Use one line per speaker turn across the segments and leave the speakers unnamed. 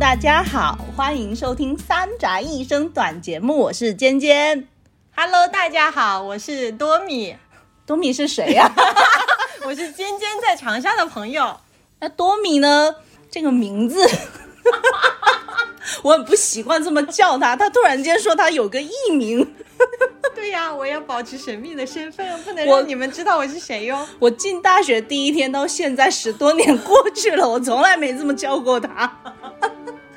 大家好，欢迎收听《三宅一生短》节目，我是尖尖。
Hello，大家好，我是多米，
多米是谁啊呀、
我是尖尖在长沙的朋友。
那多米呢？这个名字， 我很不习惯这么叫他。他突然间说他有个艺名，
对呀、我要保持神秘的身份，不能
我
让你们知道我是谁哟。
我进大学第一天到现在十多年过去了，我从来没这么叫过他。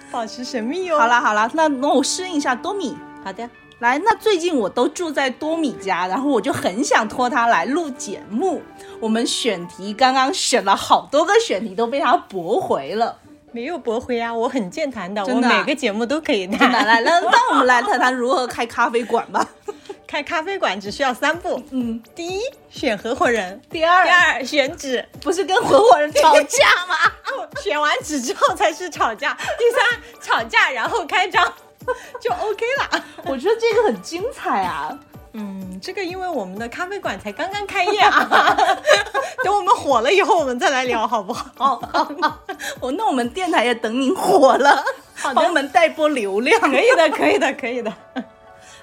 保持神秘哟。
好，啦好啦，那那我适应一下多米。
好的，
来，那最近我都住在多米家，然后我就很想托他来录节目。我们选题刚刚选了好多个选题，都被他驳回 了。
没有驳回啊，我很健谈的，
真
我
的啊
每个节目都可以
真的，
谈。
来，那那我们来谈谈如何开咖啡馆吧。
开咖啡馆只需要三步：
嗯，
第一，选合伙人；
第二，
第二，选址。
不是跟合伙人吵架 吗？
选完址之后才是吵架。第三，吵架然后开张， 就 OK 了。
我觉得这个很精彩啊！
嗯，这个因为我们的咖啡馆才刚刚开业啊， 等我们火了以后，我们再来聊好不好？
哦，那我们电台也等你火了，
好的
帮我们带波流量。
可以的，可以的，可以的。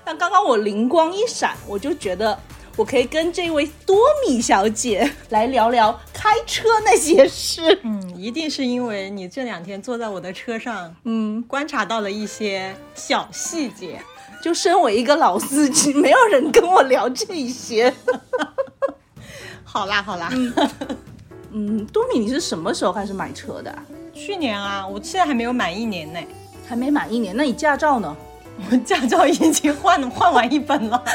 那刚刚我灵光一闪，我就觉得我可以跟这位多米小姐来聊聊开车那些事。
嗯，一定是因为你这两天坐在我的车上，
嗯，
观察到了一些小细节。
就身为一个老司机，没有人跟我聊这些。
好啦，好啦。
嗯，多米，你是什么时候开始买车的啊？
去年啊，我现在还没有满一年呢，
还没满一年，那你驾照呢？
我驾照已经换换完一本了。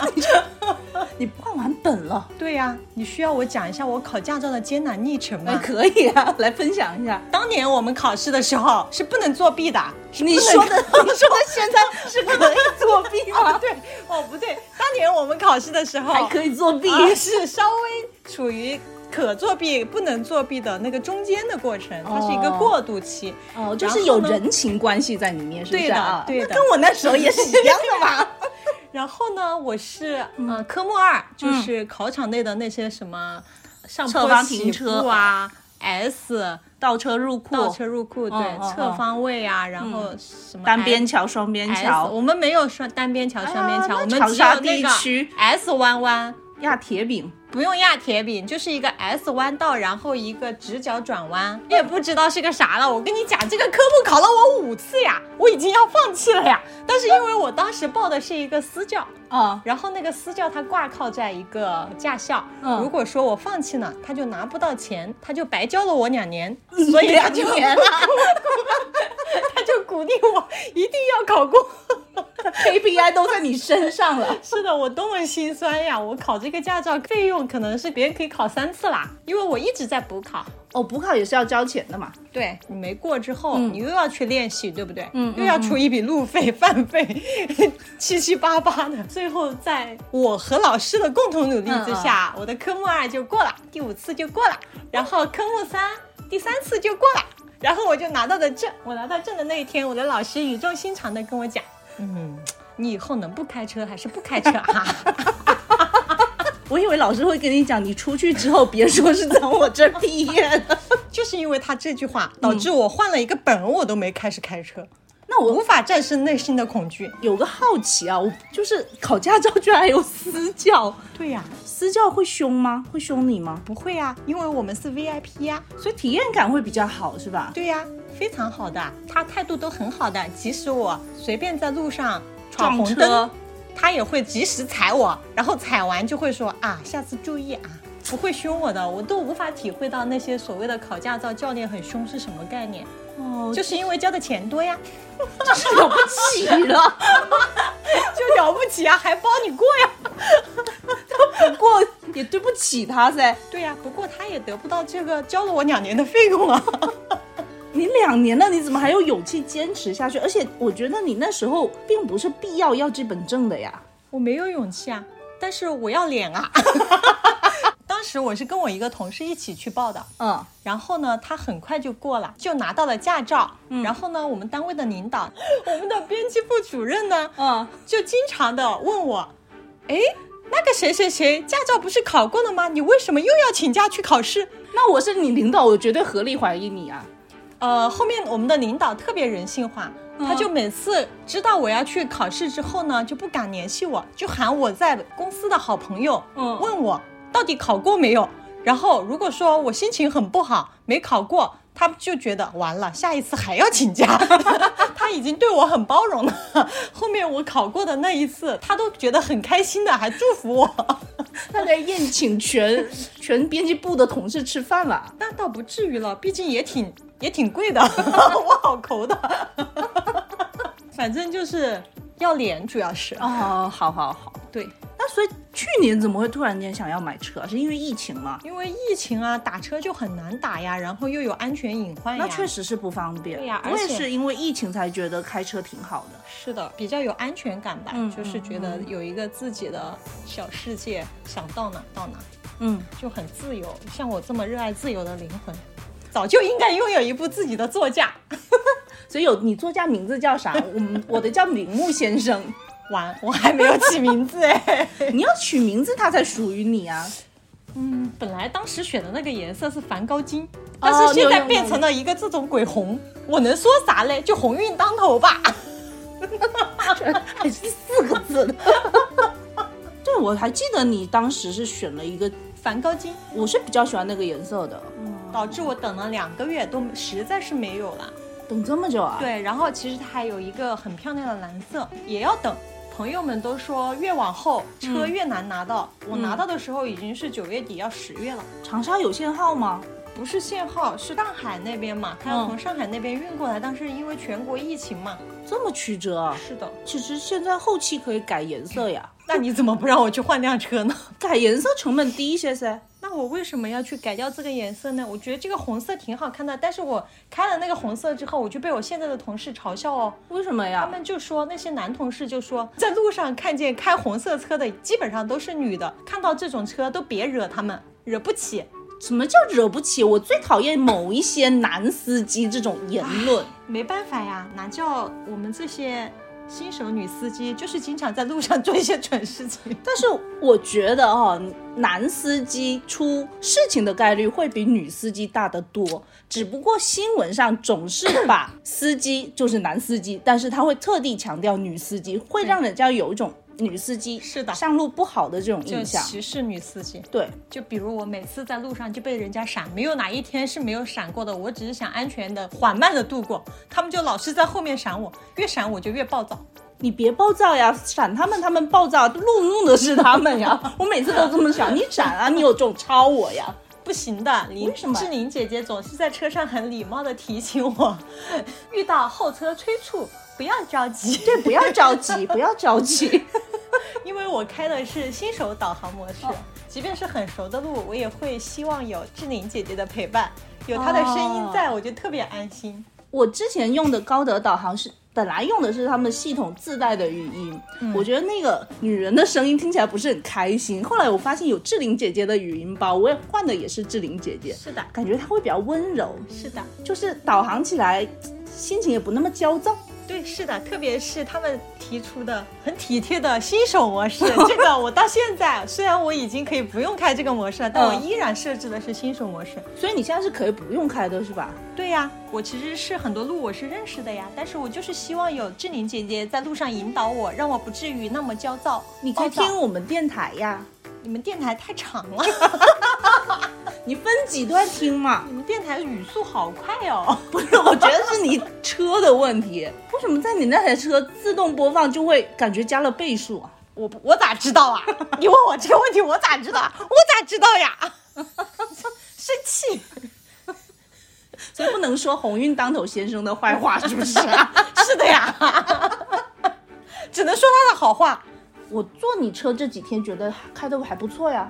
你换完本 了？
对呀、你需要我讲一下我考驾照的艰难历程
哎，
吗？
可以啊，来分享一下。
当年我们考试的时候是不能作弊的，是不
你
能
说 的，你说的现在是可以作弊
哦，
吗？
对，哦，不对，当年我们考试的时 候
还可以作弊？
啊是稍微处于可作弊不能作弊的那个中间的过程，它是一个
哦
过渡期。
哦，就是
然
有
后呢
人情关系在里面，是不是啊？
对的对的
那跟我那时候也是一样的 嘛。
然后呢，我是呃科目二，就是考场内的那些什么
嗯
上
侧
坡
方停
起
车哦
步啊、S
倒车入库
倒车入库，对
嗯嗯，
侧方位啊，然后什
嗯
么
单
S-
边桥、双边
S，
桥、哎
我们没有双单边桥、
呀
双边桥，
那
我们
长
只
沙
有那
地
个
区
S 弯弯。
压铁饼，
不用压铁饼，就是一个 S 弯道，然后一个直角转弯，也不知道是个啥了。我跟你讲，这个科目考了我五次呀，我已经要放弃了呀。但是因为我当时报的是一个私教，
啊、
然后那个私教他挂靠在一个驾校，
嗯
如果说我放弃呢，他就拿不到钱，他就白教了我两 年，所以他
两
就
年 了
他就鼓励我一定要考过。
，KPI 都在你身上了。
是的，我多么心酸呀！我考这个驾照费用可能是别人可以考三次啦，因为我一直在补考。
哦，补考也是要交钱的嘛。
对你没过之后，
嗯
你又要去练习，对不对？
嗯
又要出一笔路费、饭费， 七七八八的。最后，在我和老师的共同努力之
嗯
下，我的科目二就过了，第五次就过了，然后科目三第三次就过了，然后我就拿到的证。我拿到证的那一天，我的老师语重心长的跟我讲：“嗯，你以后能不开车还是不开车啊？”
我以为老师会跟你讲，你出去之后别说是从我这儿毕业的。
就是因为他这句话，导
嗯
致我换了一个本，我都没开始开车，
那我
无法战胜内心的恐惧。
有个好奇啊，我就是考驾照居然还有私教，
对呀、
私教会凶吗？会凶你吗？
不会啊，因为我们是 VIP 呀、
所以体验感会比较好，是吧？
对呀、非常好的，他态度都很好的，即使我随便在路上闯
撞
红
车
灯，他也会及时踩我，然后踩完就会说啊，下次注意啊，不会凶我的，我都无法体会到那些所谓的考驾照教练很凶是什么概念，
哦，
就是因为交的钱多呀，
就是了不起了。
就了不起啊，还包你过呀。
不过也对不起他噻，
对呀、不过他也得不到这个交了我两年的费用啊。
你两年了，你怎么还有勇气坚持下去？而且我觉得你那时候并不是必要要这本证的呀。
我没有勇气啊，但是我要脸啊！当时我是跟我一个同事一起去报的，
嗯，
然后呢，他很快就过了，就拿到了驾照。然后呢，我们单位的领导，我们的编辑部主任呢，
嗯，
就经常的问我，哎，那个谁谁谁驾照不是考过了吗？你为什么又要请假去考试？
那我是你领导，我绝对合理怀疑你啊。
呃，后面我们的领导特别人性化，他就每次知道我要去考试之后呢，就不敢联系我，就喊我在公司的好朋友，
嗯
问我到底考过没有。然后如果说我心情很不好，没考过，他就觉得完了，下一次还要请假。 他已经对我很包容了， 后面我考过的那一次，他都觉得很开心的，还祝福我。
他在宴请全全编辑部的同事吃饭了。
那倒不至于了，毕竟也挺也挺贵的， 我好抠的。反正就是要脸，主要是啊
哦，好好好。
对，
那所以去年怎么会突然间想要买车？是因为疫情吗？
因为疫情啊，打车就很难打呀，然后又有安全隐患呀。
那确实是不方便。
对呀而
我也
且
是因为疫情才觉得开车挺好的。
是的，比较有安全感吧，
嗯
就是觉得有一个自己的小世界，想到哪到哪，
嗯，
就很自由。像我这么热爱自由的灵魂，早就应该拥有一部自己的座驾。
所以有你座驾名字叫 啥？我们我的叫铃木先生。
完，我还没有起名字哎。
你要取名字，它才属于你啊。
嗯，本来当时选的那个颜色是梵高金，
哦
但是现在变成了一个这种鬼红，我能说啥嘞？就鸿运当头吧。
还是哎四个字的。 对，我还记得你当时是选了一个，
梵高金
我是比较喜欢那个颜色的。
导致我等了两个月都实在是没有了。
等这么久啊？，
对，然后其实它还有一个很漂亮的蓝色，也要等。朋友们都说越往后车越难拿到，我拿到的时候已经是九月底要十月了，
长沙有限号吗？
不是限号，是上海那边嘛，它要
嗯
从上海那边运过来，但是因为全国疫情嘛，
这么曲折啊？
是的。
其实现在后期可以改颜色呀，
那你怎么不让我去换辆车呢？
改颜色成本低一些噻。
那我为什么要去改掉这个颜色呢？我觉得这个红色挺好看的，但是我开了那个红色之后，我就被我现在的同事嘲笑哦。
为什么
他
呀？
们就说那些男同事就说，在路上看见开红色车的基本上都是女的，看到这种车都别惹他们，惹不起。
什么叫惹不起？我最讨厌某一些男司机这种言论。
没办法呀，哪叫我们这些新手女司机，就是经常在路上做一些蠢事情。
但是我觉得哦，男司机出事情的概率会比女司机大得多，只不过新闻上总是把司机就是男司机，但是他会特地强调女司机，会让人家有一种女司机
是的
上路不好的这种
就
印象。
歧视女司机，
对，
就比如我每次在路上就被人家闪，没有哪一天是没有闪过的。我只是想安全的、缓慢的度过，他们就老是在后面闪我，越闪我就越暴躁。
你别暴躁呀，闪他们，他们暴躁，路怒的是他们呀。 我每次都这么想，你闪啊，你有种超我呀。
不行的，林
为什么
志玲姐姐总是在车上很礼貌的提醒我， 遇到后车催促不要着急，
对，不要着急，不要着急。
因为我开的是新手导航模
哦
式，即便是很熟的路，我也会希望有志玲姐姐的陪伴，有她的声
哦
音在，我就特别安心。
我之前用的高德导航是本来用的是他们系统自带的语音，我觉得那个女人的声音听起来不是很开心。后来我发现有志玲姐姐的语音包，我也换的也是志玲姐姐，
是的，
感觉她会比较温柔，
是的，
就是导航起来心情也不那么焦躁。
对，是的，特别是他们提出的很体贴的新手模 式，这个我到现在虽然我已经可以不用开这个模式了，但我
嗯
依然设置的是新手模式。
所以你现在是可以不用开的是吧？
对呀、我其实是很多路我是认识的呀，但是我就是希望有志玲姐姐在路上引导我，让我不至于那么焦躁。
你可以
暴躁
听，我们电台呀，
你们电台太长 了，
你分几段听嘛。
你们电台语速好快哦。
不是，我觉得是你车的问题，为什么在你那台车自动播放就会感觉加了倍数啊？
我不我咋知 道啊？你问我这个问题，我咋知道啊？我咋知道呀？ 生气，
所以不能说鸿运当头先生的坏 话，是不啊是？
是的呀，只能说他的好话。
我坐你车这几天觉得开的还不错呀，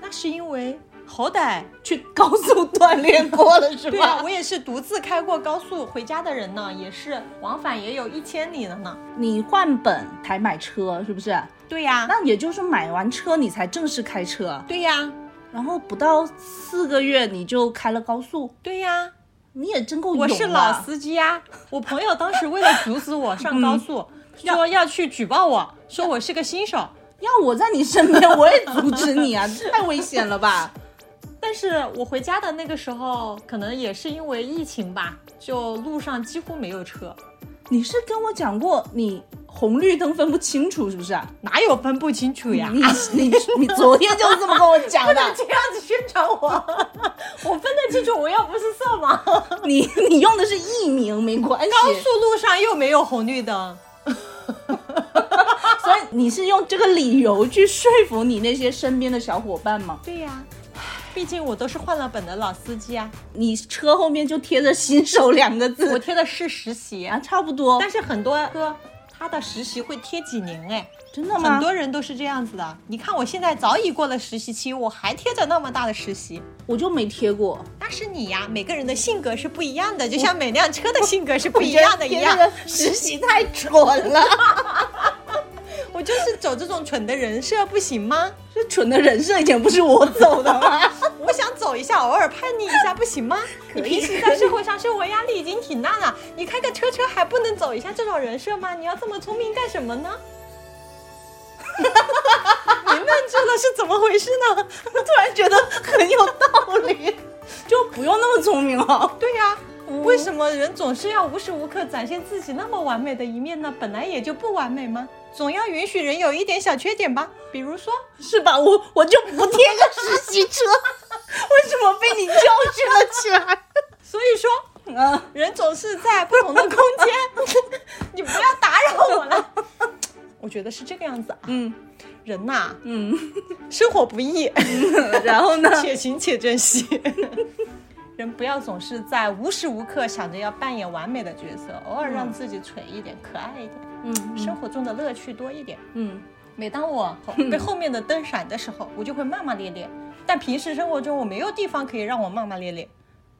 那是因为好歹
去高速锻炼过了是
对啊，
吧？
我也是独自开过高速回家的人呢，也是往返也有一千里了呢。
你换本才买车是不是？
对呀、
那也就是买完车你才正式开车，
对呀、
然后不到四个月你就开了高速，
对呀、
你也真够勇
我
啊！嗯
是老司机呀、我朋友当时为了阻止我上高速，说要去举报我，说我是个新手。
要我在你身边我也阻止你啊，这太危险了吧？
那但是我回家的那个时候，可能也是因为疫情吧，就路上几乎没有车。
你是跟我讲过你红绿灯分不清楚是不是啊？
哪有分不清楚呀？
你你你昨天就是这么跟我讲
不
的
能， 这样子宣传我， 我分得清楚，我又不是色盲。 高
你你用的是艺名没关系，
速路上又没有红绿灯，
所以你是用这个理由去说服你那些身边的小伙伴吗？
对呀、毕竟我都是换了本的老司机 啊，
你车后面就贴着“新手”两个
我
字
贴的是实习
啊，，差不多
但。是很多哥他的实习会贴几年哎。
真的吗
很？多人都是这样子的，你看我现在早已过了实习期，我还贴着那么大的实习，
我就没贴过，
那是你呀。每个人的性格是不一样的，就像每辆车的性格是不一样的一
我
样。
觉得贴那个实习太蠢 了，
我就是走这种蠢的人设，不行吗？
这蠢的人设已经不是我走的 吗？
我想走一下，偶尔叛逆一下，不行吗？你平时在社会上生活压力已经挺大了，你开个车车还不能走一下这种人设吗？你要这么聪明干什么呢？ 你愣住了是怎么回事呢？
突然觉得很有道理，就不用那么聪明了。
对呀、为什么人总是要无时无刻展现自己那么完美的一面呢？本来也就不完美吗？总要允许人有一点小缺点吧，比如说
是吧？我我就不贴个实习车，为什么被你教训了起来？
所以说，
啊，
人总是在不同的空间， 你不要打扰我了。我觉得是这个样子啊，
嗯
人呐、
嗯，
生活不易，
然后呢？
且行且珍惜。人不要总是在无时无刻想着要扮演完美的角色，偶尔让自己蠢一点、可爱一点，
嗯
生活中的乐趣多一点。
嗯，
每当我后被后面的灯闪的时候，我就会骂骂咧咧。但平时生活中我没有地方可以让我骂骂咧咧，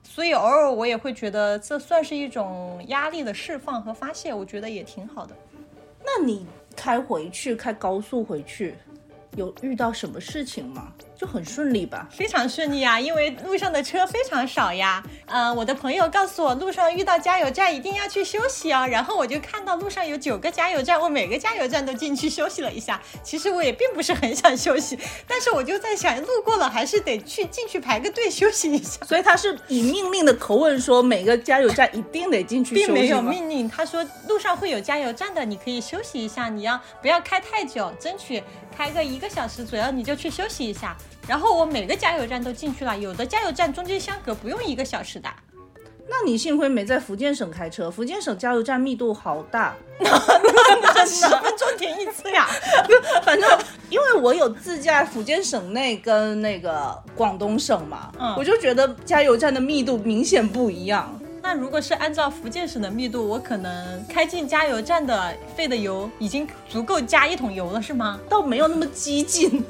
所以偶尔我也会觉得这算是一种压力的释放和发泄，我觉得也挺好的。
那你开回去，开高速回去，有遇到什么事情吗？就很顺利吧？
非常顺利啊，因为路上的车非常少呀。嗯、我的朋友告诉我，路上遇到加油站一定要去休息哦。然后我就看到路上有九个加油站，我每个加油站都进去休息了一下。其实我也并不是很想休息，但是我就在想，路过了还是得去进去排个队休息一下。
所以他是以命令的口吻说，每个加油站一定得进去休息
并没有
吗
命令，他说路上会有加油站的，你可以休息一下，你要不要开太久，争取开个一个小时左右，你就去休息一下。然后我每个加油站都进去了，有的加油站中间相隔不用一个小时 的，
那你幸亏没在福建省开车，福建省加油站密度好大。
那十分钟停一次呀。
反正因为我有自驾福建省内跟那个广东省嘛，
嗯
我就觉得加油站的密度明显不一样。
那如果是按照福建省的密度，我可能开进加油站的费的油已经足够加一桶油了，是吗？
倒没有那么激 进，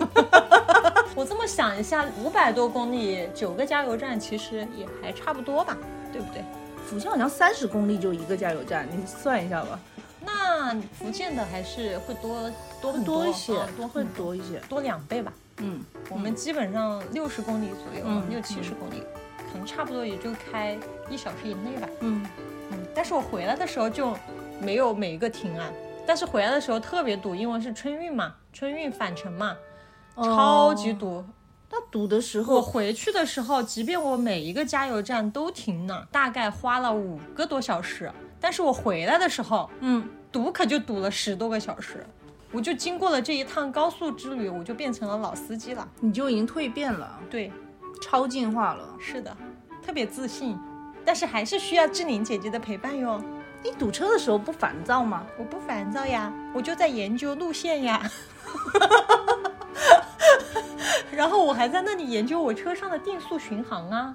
我这么想一下，五百多公里，九个加油站其实也还差不多吧，对不对？
福建好像三十公里就一个加油站，你算一下吧，
那福建的还是会多多很
多一些
啊，多
会
很多
多一些。
多两倍吧。
嗯，
我们基本上六十公里左右，
嗯
六七十公里，可能差不多也就开一小时以内吧。
嗯，
嗯，但是我回来的时候就没有每一个停啊，但是回来的时候特别堵，因为是春运嘛，春运返程嘛，超级
哦。
堵。
那堵的时
我
候，
回去的时候，即便我每一个加油站都停了，大概花了五个多小时，但是我回来的时候，
嗯，
堵可就堵了十多个小时。我就经过了这一趟高速之旅，我就变成了老司机了。
你就已经蜕变了，
对，
超进化了。
是的，特别自信，但是还是需要志玲姐姐的陪伴哟。
你堵车的时候不烦躁吗？
我不烦躁呀，我就在研究路线呀。 然后我还在那里研究我车上的定速巡航啊，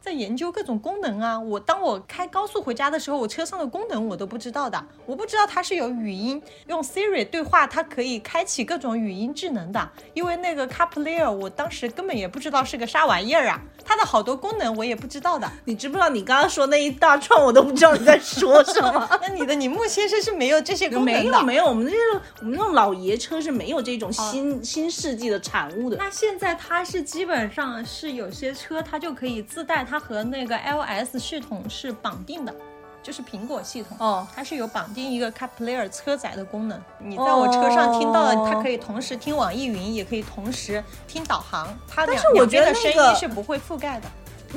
在研究各种功能啊。我当我开高速回家的时候，我车上的功能我都不知道的，我不知道它是有语音，用 Siri 对话，它可以开启各种语音智能的。因为那个 CarPlay，我当时根本也不知道是个啥玩意儿啊，它的好多功能我也不知道的。
你知不知道你刚刚说那一大串，我都不知道你在说什 么。
那你的铃木先生是没有这些功能的，
没有没有，我们这种我们这种老爷车是没有这种新、新世纪的产物的。
那现在它是基本上是有些车它就可以自带，它和那个 iOS 系统是绑定的，就是苹果系统，
哦
它是有绑定一个 CarPlayer 车载的功能。你在我车上听到了，
哦
它可以同时听网易云，也可以同时听导航。它
但
两
是我觉得
两边的
那个
声音是不会覆盖的。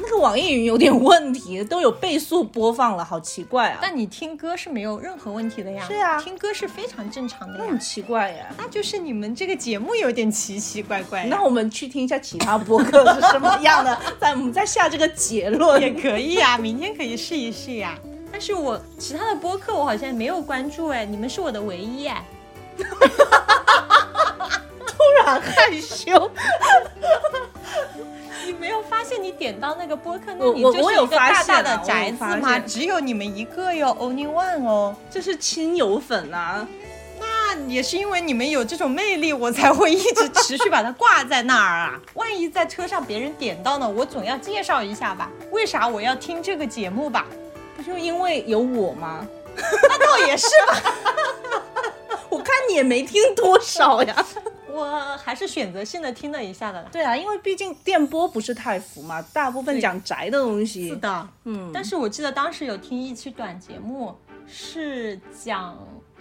那个网易云有点问题，都有倍速播放了，好奇怪啊！
但你听歌是没有任何问题的呀。
是啊嗯
听歌是非常正常的
那
呀
很。奇怪哎呀。
那就是你们这个节目有点奇奇怪怪呀。
那我们去听一下其他播客是什么样 的，再我们再下这个结论。
也可以啊， 明天可以试一试呀、但是我其他的播客我好像没有关注哎，你们是我的唯一哎。
突然害羞，
你没有发现你点到那个播客，那
我
你
我
就是
我有
一个大
发现
大
啊
的
我有
宅子
发
吗？
现
只有你们一个哟，Only One 哦。
这是亲友粉啊！
那也是因为你们有这种魅力，我才会一直持续把它挂在那儿 啊。万一在车上别人点到呢，我总要介绍一下吧。为啥我要听这个节目吧？
不就因为有我吗？
那倒也是吧，
我看你也没听多少呀。
我还是选择性的听了一下的啦。
对啊，因为毕竟电波不是太符嘛，大部分
对
讲宅的东西。
是的，
嗯，
但是我记得当时有听一期短节目，是讲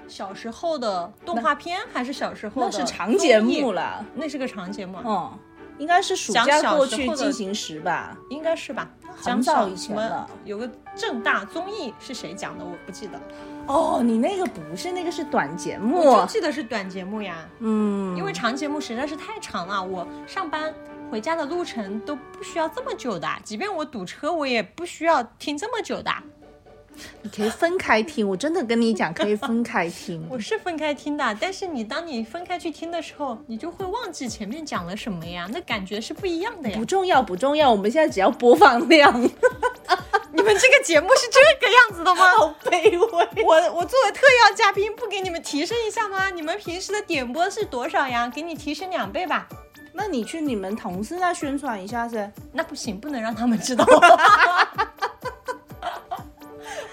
小时候的动画片，还是小时候
那
的
是长节目
综艺，
了。
那是个长节目啊，
嗯，应该是暑
讲
假
小
过
时
去
候的
进行时吧。
应该是吧？
很
讲
早
小
以前
什么
了
有个正大综艺是谁讲的？我不记得了，
哦，你那个不是，那个是短节
我
目
就。记得是短节目呀，
嗯，
因为长节目实在是太长了，我上班。回家的路程都不需要这么久的，啊即便我堵车，我也不需要听这么久的。啊
你可以分开听，我真的跟你讲，可以分开听。
我是分开听的，但是你当你分开去听的时候，你就会忘记前面讲了什么呀，那感觉是不一样的呀
不。重要，不重要，我们现在只要播放量，
你们这个节目是这个样子的 吗？
好卑微。
我我作为特邀嘉宾，不给你们提升一下吗？你们平时的点播是多少呀？给你提升两倍吧。
那你去你们同事那宣传一下噻。
那不行，不能让他们知道，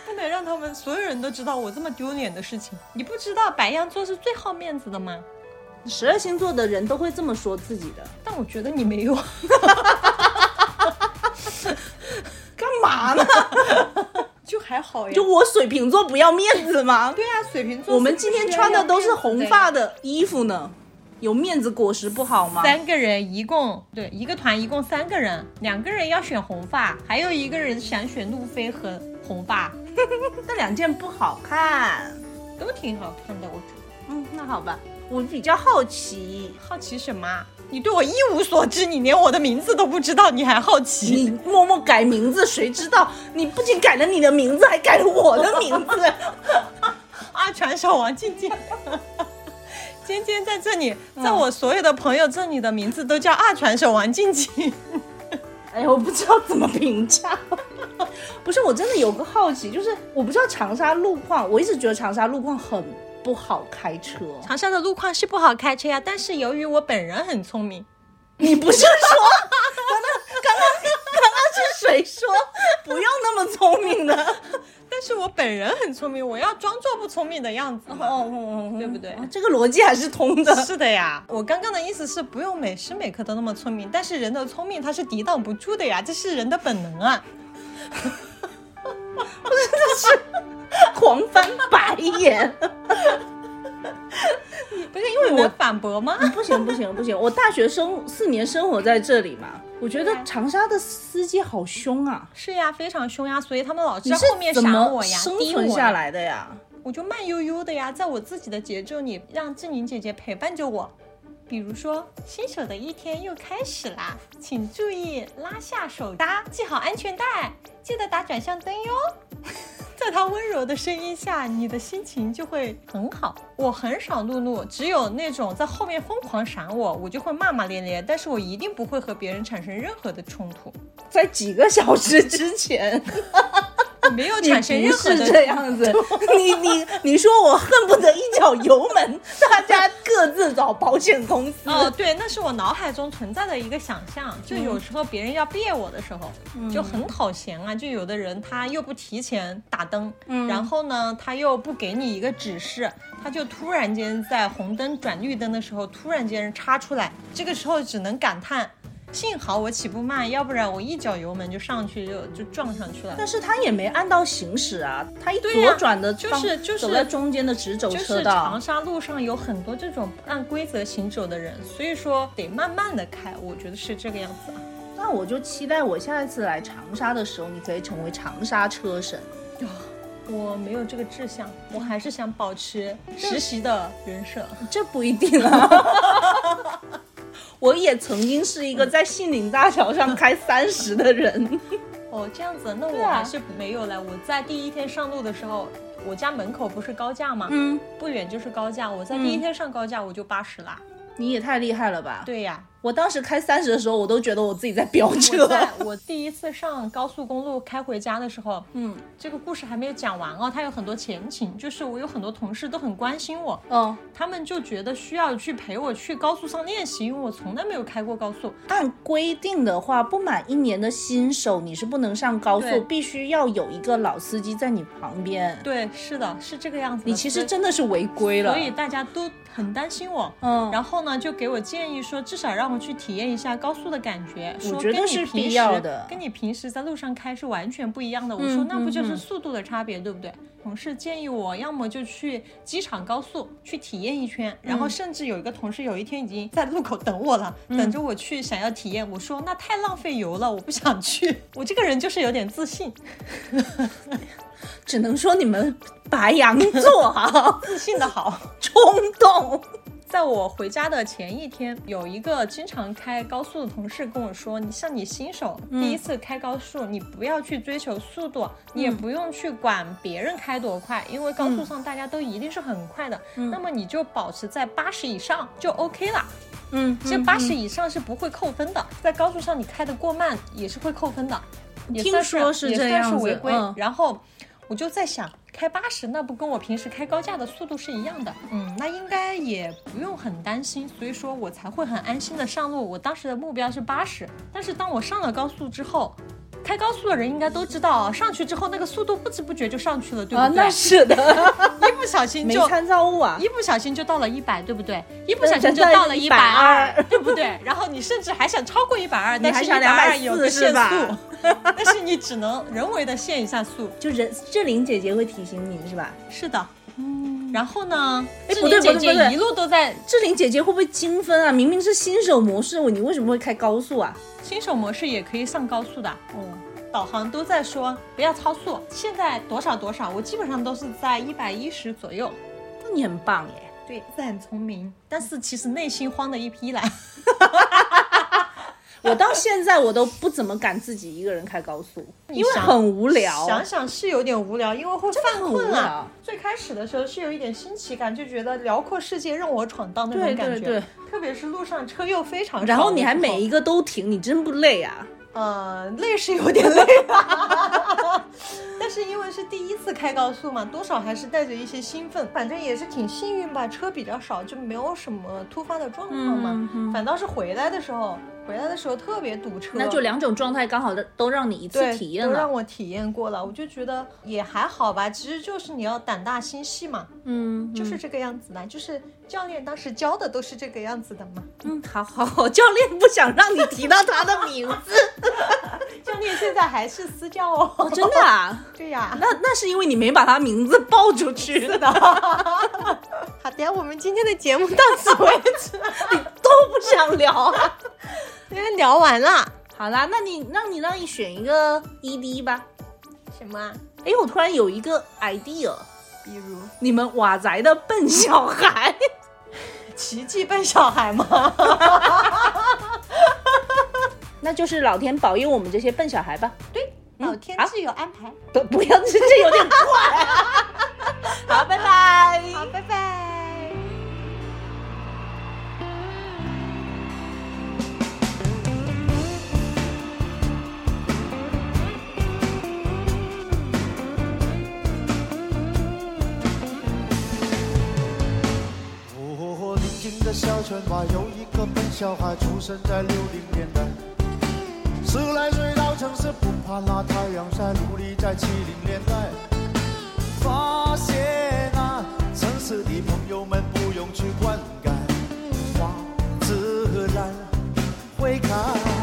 不能让他们所有人都知道我这么丢脸的事情。你不知道白羊座是最好面子的吗？
十二星座的人都会这么说自己的，
但我觉得你没有。
干嘛呢？
就还好 呀，
就我水瓶座不要面子吗？
对呀、水瓶座
我们今天穿的都是红发
的。
的衣服呢，有面子果实不好 吗？
三个人一共对一个团一共三个人，两个人要选红发，还有一个人想选路飞和红发，
那两件不好看。
都挺好看的。我觉得
嗯，那好吧，我比较好 奇，
好奇什么啊？你对我一无所知，你连我的名字都不知道，你还好奇？
你默默改名字，谁知道你不仅改了你的名字，还改了我的名字。
阿传小啊王静 静。尖尖在这里，在我所有的朋友这里的名字都叫二传手王静静。
哎呀，我不知道怎么评价。 不是，我真的有个好奇，就是我不知道长沙路况，我一直觉得长沙路况很不好开 车。
长沙的路况是不好开车呀，但是由于我本人很聪明，
你不是说刚刚刚刚刚刚是谁说不用那么聪明的？
但是我本人很聪明，我要装作不聪明的样子嘛。
哦，
对不对
啊这个逻辑还是通的。
是的呀，我刚刚的意思是不用每时每刻都那么聪明，但是人的聪明它是抵挡不住的呀，这是人的本能啊。
狂翻白眼。
不是因为我反驳吗？
不行不行不行，我大学生四年生活在这里嘛，我觉得
啊
长沙的司机好凶啊！
是呀，非常凶呀，所以他们老是
你
在
是
后面
怎
闪
么
我呀，
生
滴我
存
呀
下，来的呀？
我就慢悠悠的呀，在我自己的节奏里，让志玲姐姐陪伴着我。比如说，新手的一天又开始啦，请注意拉下手搭，系好安全带，记得打转向灯哟。 在他温柔的声音下，你的心情就会很好。我很少怒怒，只有那种在后面疯狂闪我，我就会骂骂咧咧，但是我一定不会和别人产生任何的冲突，
在几个小时之前，
没有
你
产生任
不
何
是
的
这样子， 你你你说我恨不得一脚油门，大家各自找保险公司。
哦，对，那是我脑海中存在的一个想象，就
嗯
有时候别人要别我的时候，就很讨嫌啊。就有的人他又不提前打灯，
嗯
然后呢他又不给你一个指示，他就突然间在红灯转绿灯的时候突然间插出来，这个时候只能感叹。幸好我起步慢，要不然我一脚油门就上去就就撞上去了。
但是他也没按道行驶啊，他一
对呀
左转的
就是
方
就是
走在中间的直走
就是
车道
长，沙路上有很多这种不按规则行走的人，所以说得慢慢的开，我觉得是这个样子啊。
那我就期待我下一次来长沙的时候，你可以成为长沙车神。
我没有这个志向，我还是想保持实习的人设。
这不一定啊。 我也曾经是一个在杏林大桥上开三十的人，
哦，这样子，那
对
我
啊
还是没有来。我在第一天上路的时候，我家门口不是高架嘛，
嗯，
不远就是高架。我在第一天上高架我就八十啦。
你也太厉害了 吧！
嗯对呀、
我当时开三十的时候，我都觉得我自己在飙
我
车。
在我第一次上高速公路开回家的时候，
嗯，
这个故事还没有讲完哦，它有很多前情，就是我有很多同事都很关心我，
哦，
他们就觉得需要去陪我去高速上练习，因为我从来没有开过高速。
按规定的话，不满一年的新手你是不能上高
对
速，必须要有一个老司机在你旁边。
对，是的，是这个样子的。
你其实
所以
真的是违规了。
所以大家都很担心我。
嗯，
然后呢，就给我建议说，至少让我去体验一下高速的感觉。
我
说
觉得
跟你
是
平
必
时
要的
跟你平时在路上开是完全不一样的。我说
嗯
那不就
嗯
是
嗯
速度的差别，对不对？同事建议我，要么就去机场高速去体验一圈，然
嗯
后甚至有一个同事有一天已经在路口等我了，等着我去想要体验。我说那太浪费油了，我不想去。我这个人就是有点自信，
只能说你们白羊座啊，
自信的好。
冲动。
在我回家的前一天，有一个经常开高速的同事跟我说：“你像你新手、第一次开高速，你不要去追求速度，你也不用去管别人开多快，因为高速上大家都一定是很快的。那么你就保持在八十以上就 OK 了。
嗯，
这八十以上是不会扣分的，在高速上你开的过慢也是会扣分的，也
听
算是
说是
也
这
算是
样子
违规。
嗯
然后我就在想，开八十那不跟我平时开高架的速度是一样的，嗯，那应该也不用很担心，所以说我才会很安心的上路。我当时的目标是八十，但是当我上了高速之后。开高速的人应该都知道，啊上去之后那个速度不知不觉就上去了，对
啊，
不对？
那是的，
一不小心
没
就
参照物啊。
一不小心就到了一百，对不对？一不小心就
对
到
120
了一百二，对 不对？然后你甚至还想超过一百二，但
还
是
想
一百二
240
有个限
是吧
速，但是你只能人为的限一下速。
就人志玲姐姐会提醒你是吧？
是的， 嗯。然后呢，
哎
志
不对
玲姐
不对不
姐
对
一路都在
志玲姐姐会不会精分啊？明明是新手模式，你为什么会开高速啊？
新手模式也可以上高速的，
哦，
导航都在说不要超速。现在多少多少，我基本上都是在一百一十左右。
那你很棒耶！
对，是很聪明，但是其实内心慌的一批来。
我到现在我都不怎么敢自己一个人开高 速，因为
想
很无聊。
想想是有点无聊，因为会犯
很无
困啊
聊。
最开始的时候是有一点新奇感，就觉得辽阔世界任我闯荡那种
对
感觉。
对对，
特别是路上车又非常少，
然后你还
我就
每一个都停，你真不累啊？
呃累是有点累 吧。但是因为是第一次开高速嘛，多少还是带着一些兴奋，反正也是挺幸运吧，车比较少，就没有什么突发的状况嘛。
嗯
反倒是回来的时候，回来的时候特别堵车，
那就两种状态刚好都让你一次
对，
体验
都让
了。
我体验过了，我就觉得也还好吧。其实就是你要胆大心细嘛，
嗯，
就是这个样子嘛。就是教练当时教的都是这个样子的嘛。
嗯，好好好，教练不想让你 提到他的名字，
教练现在还是私教哦。
真的啊？
对呀、
那那是因为你没把他名字报出去，
是的。好的，我们今天的节目到此为 止，
都不想聊啊。
因为聊完了。
好啦，那你让你让你选一个 ED 吧。
什么啊？
哎，我突然有一个 idea，
比如
你们瓦宅的笨小孩，
奇迹笨小孩吗？
那就是老天保佑我们这些笨小孩吧。
对，
嗯
老天
好
自有安排。
不，不要，这这有点快、 啊。好，拜拜。
好，拜拜。
哦，宁静的小村洼有一个笨小孩，出生在六零年代，十来岁到城市不怕那太阳晒，努力在七零年代。发现啊，城市的朋友们不用去灌溉，花自然会开。哦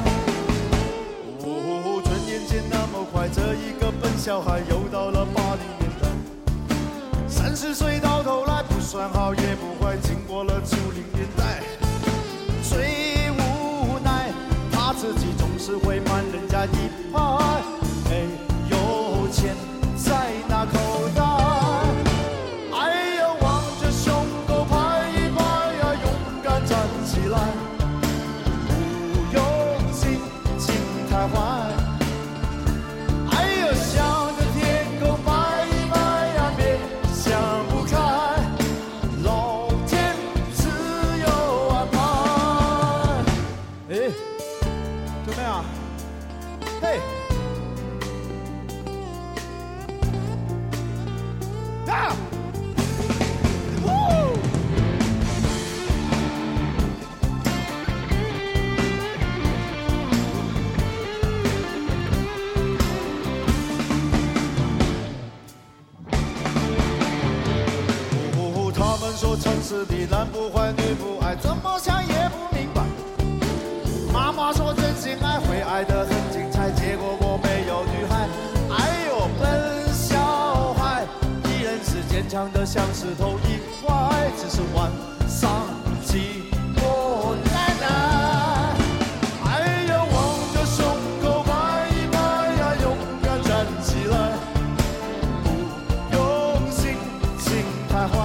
小孩又到了八零年代，三十岁到头来不算好也不坏，经过了九零年代，最无奈他自己总是会慢人家一拍，没有钱在那口袋。哎呀，望着胸口拍一拍呀，勇敢站起来，不用心情太坏。哎呀，向着天空拜一拜呀，别想不开，老天自有安排。哎，怎么样？嘿，啊！呜！呜呼，他们说城市里男不坏女不爱，怎么想也不明白。妈妈说真心爱会爱得很精彩，结果我没有女孩。哎呦，笨小孩，依然是坚强的像石头一块，只是晚上寂寞难耐。哎呀，望着胸口拍一拍呀，勇敢站起来。用心情太坏。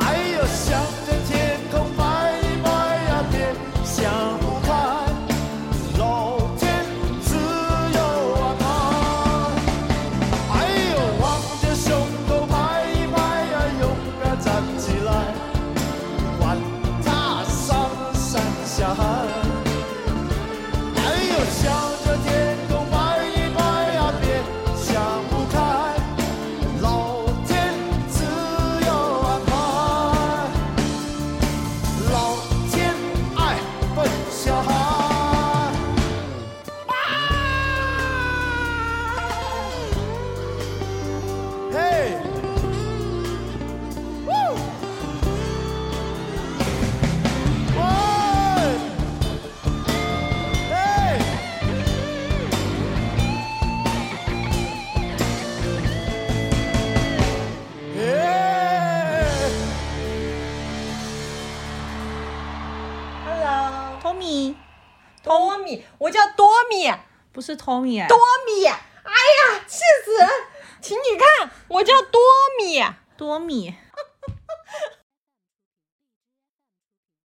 哎呀，向着天空啊拍一拍呀，别想不开，老天自有安排。哎呦，望着胸口拍一拍呀，啊勇敢站起来，管他上山下海。哎呦，向着天空拜一拜呀，别想不开，老天自有安排。老天爱笨小孩。嘿。Woo！喂！哎，哎，
Hello，
Tommy
多米，我叫多米，
不是 Tommy 哎，
多米，哎呀，气死人！请你看，我叫多米，
多米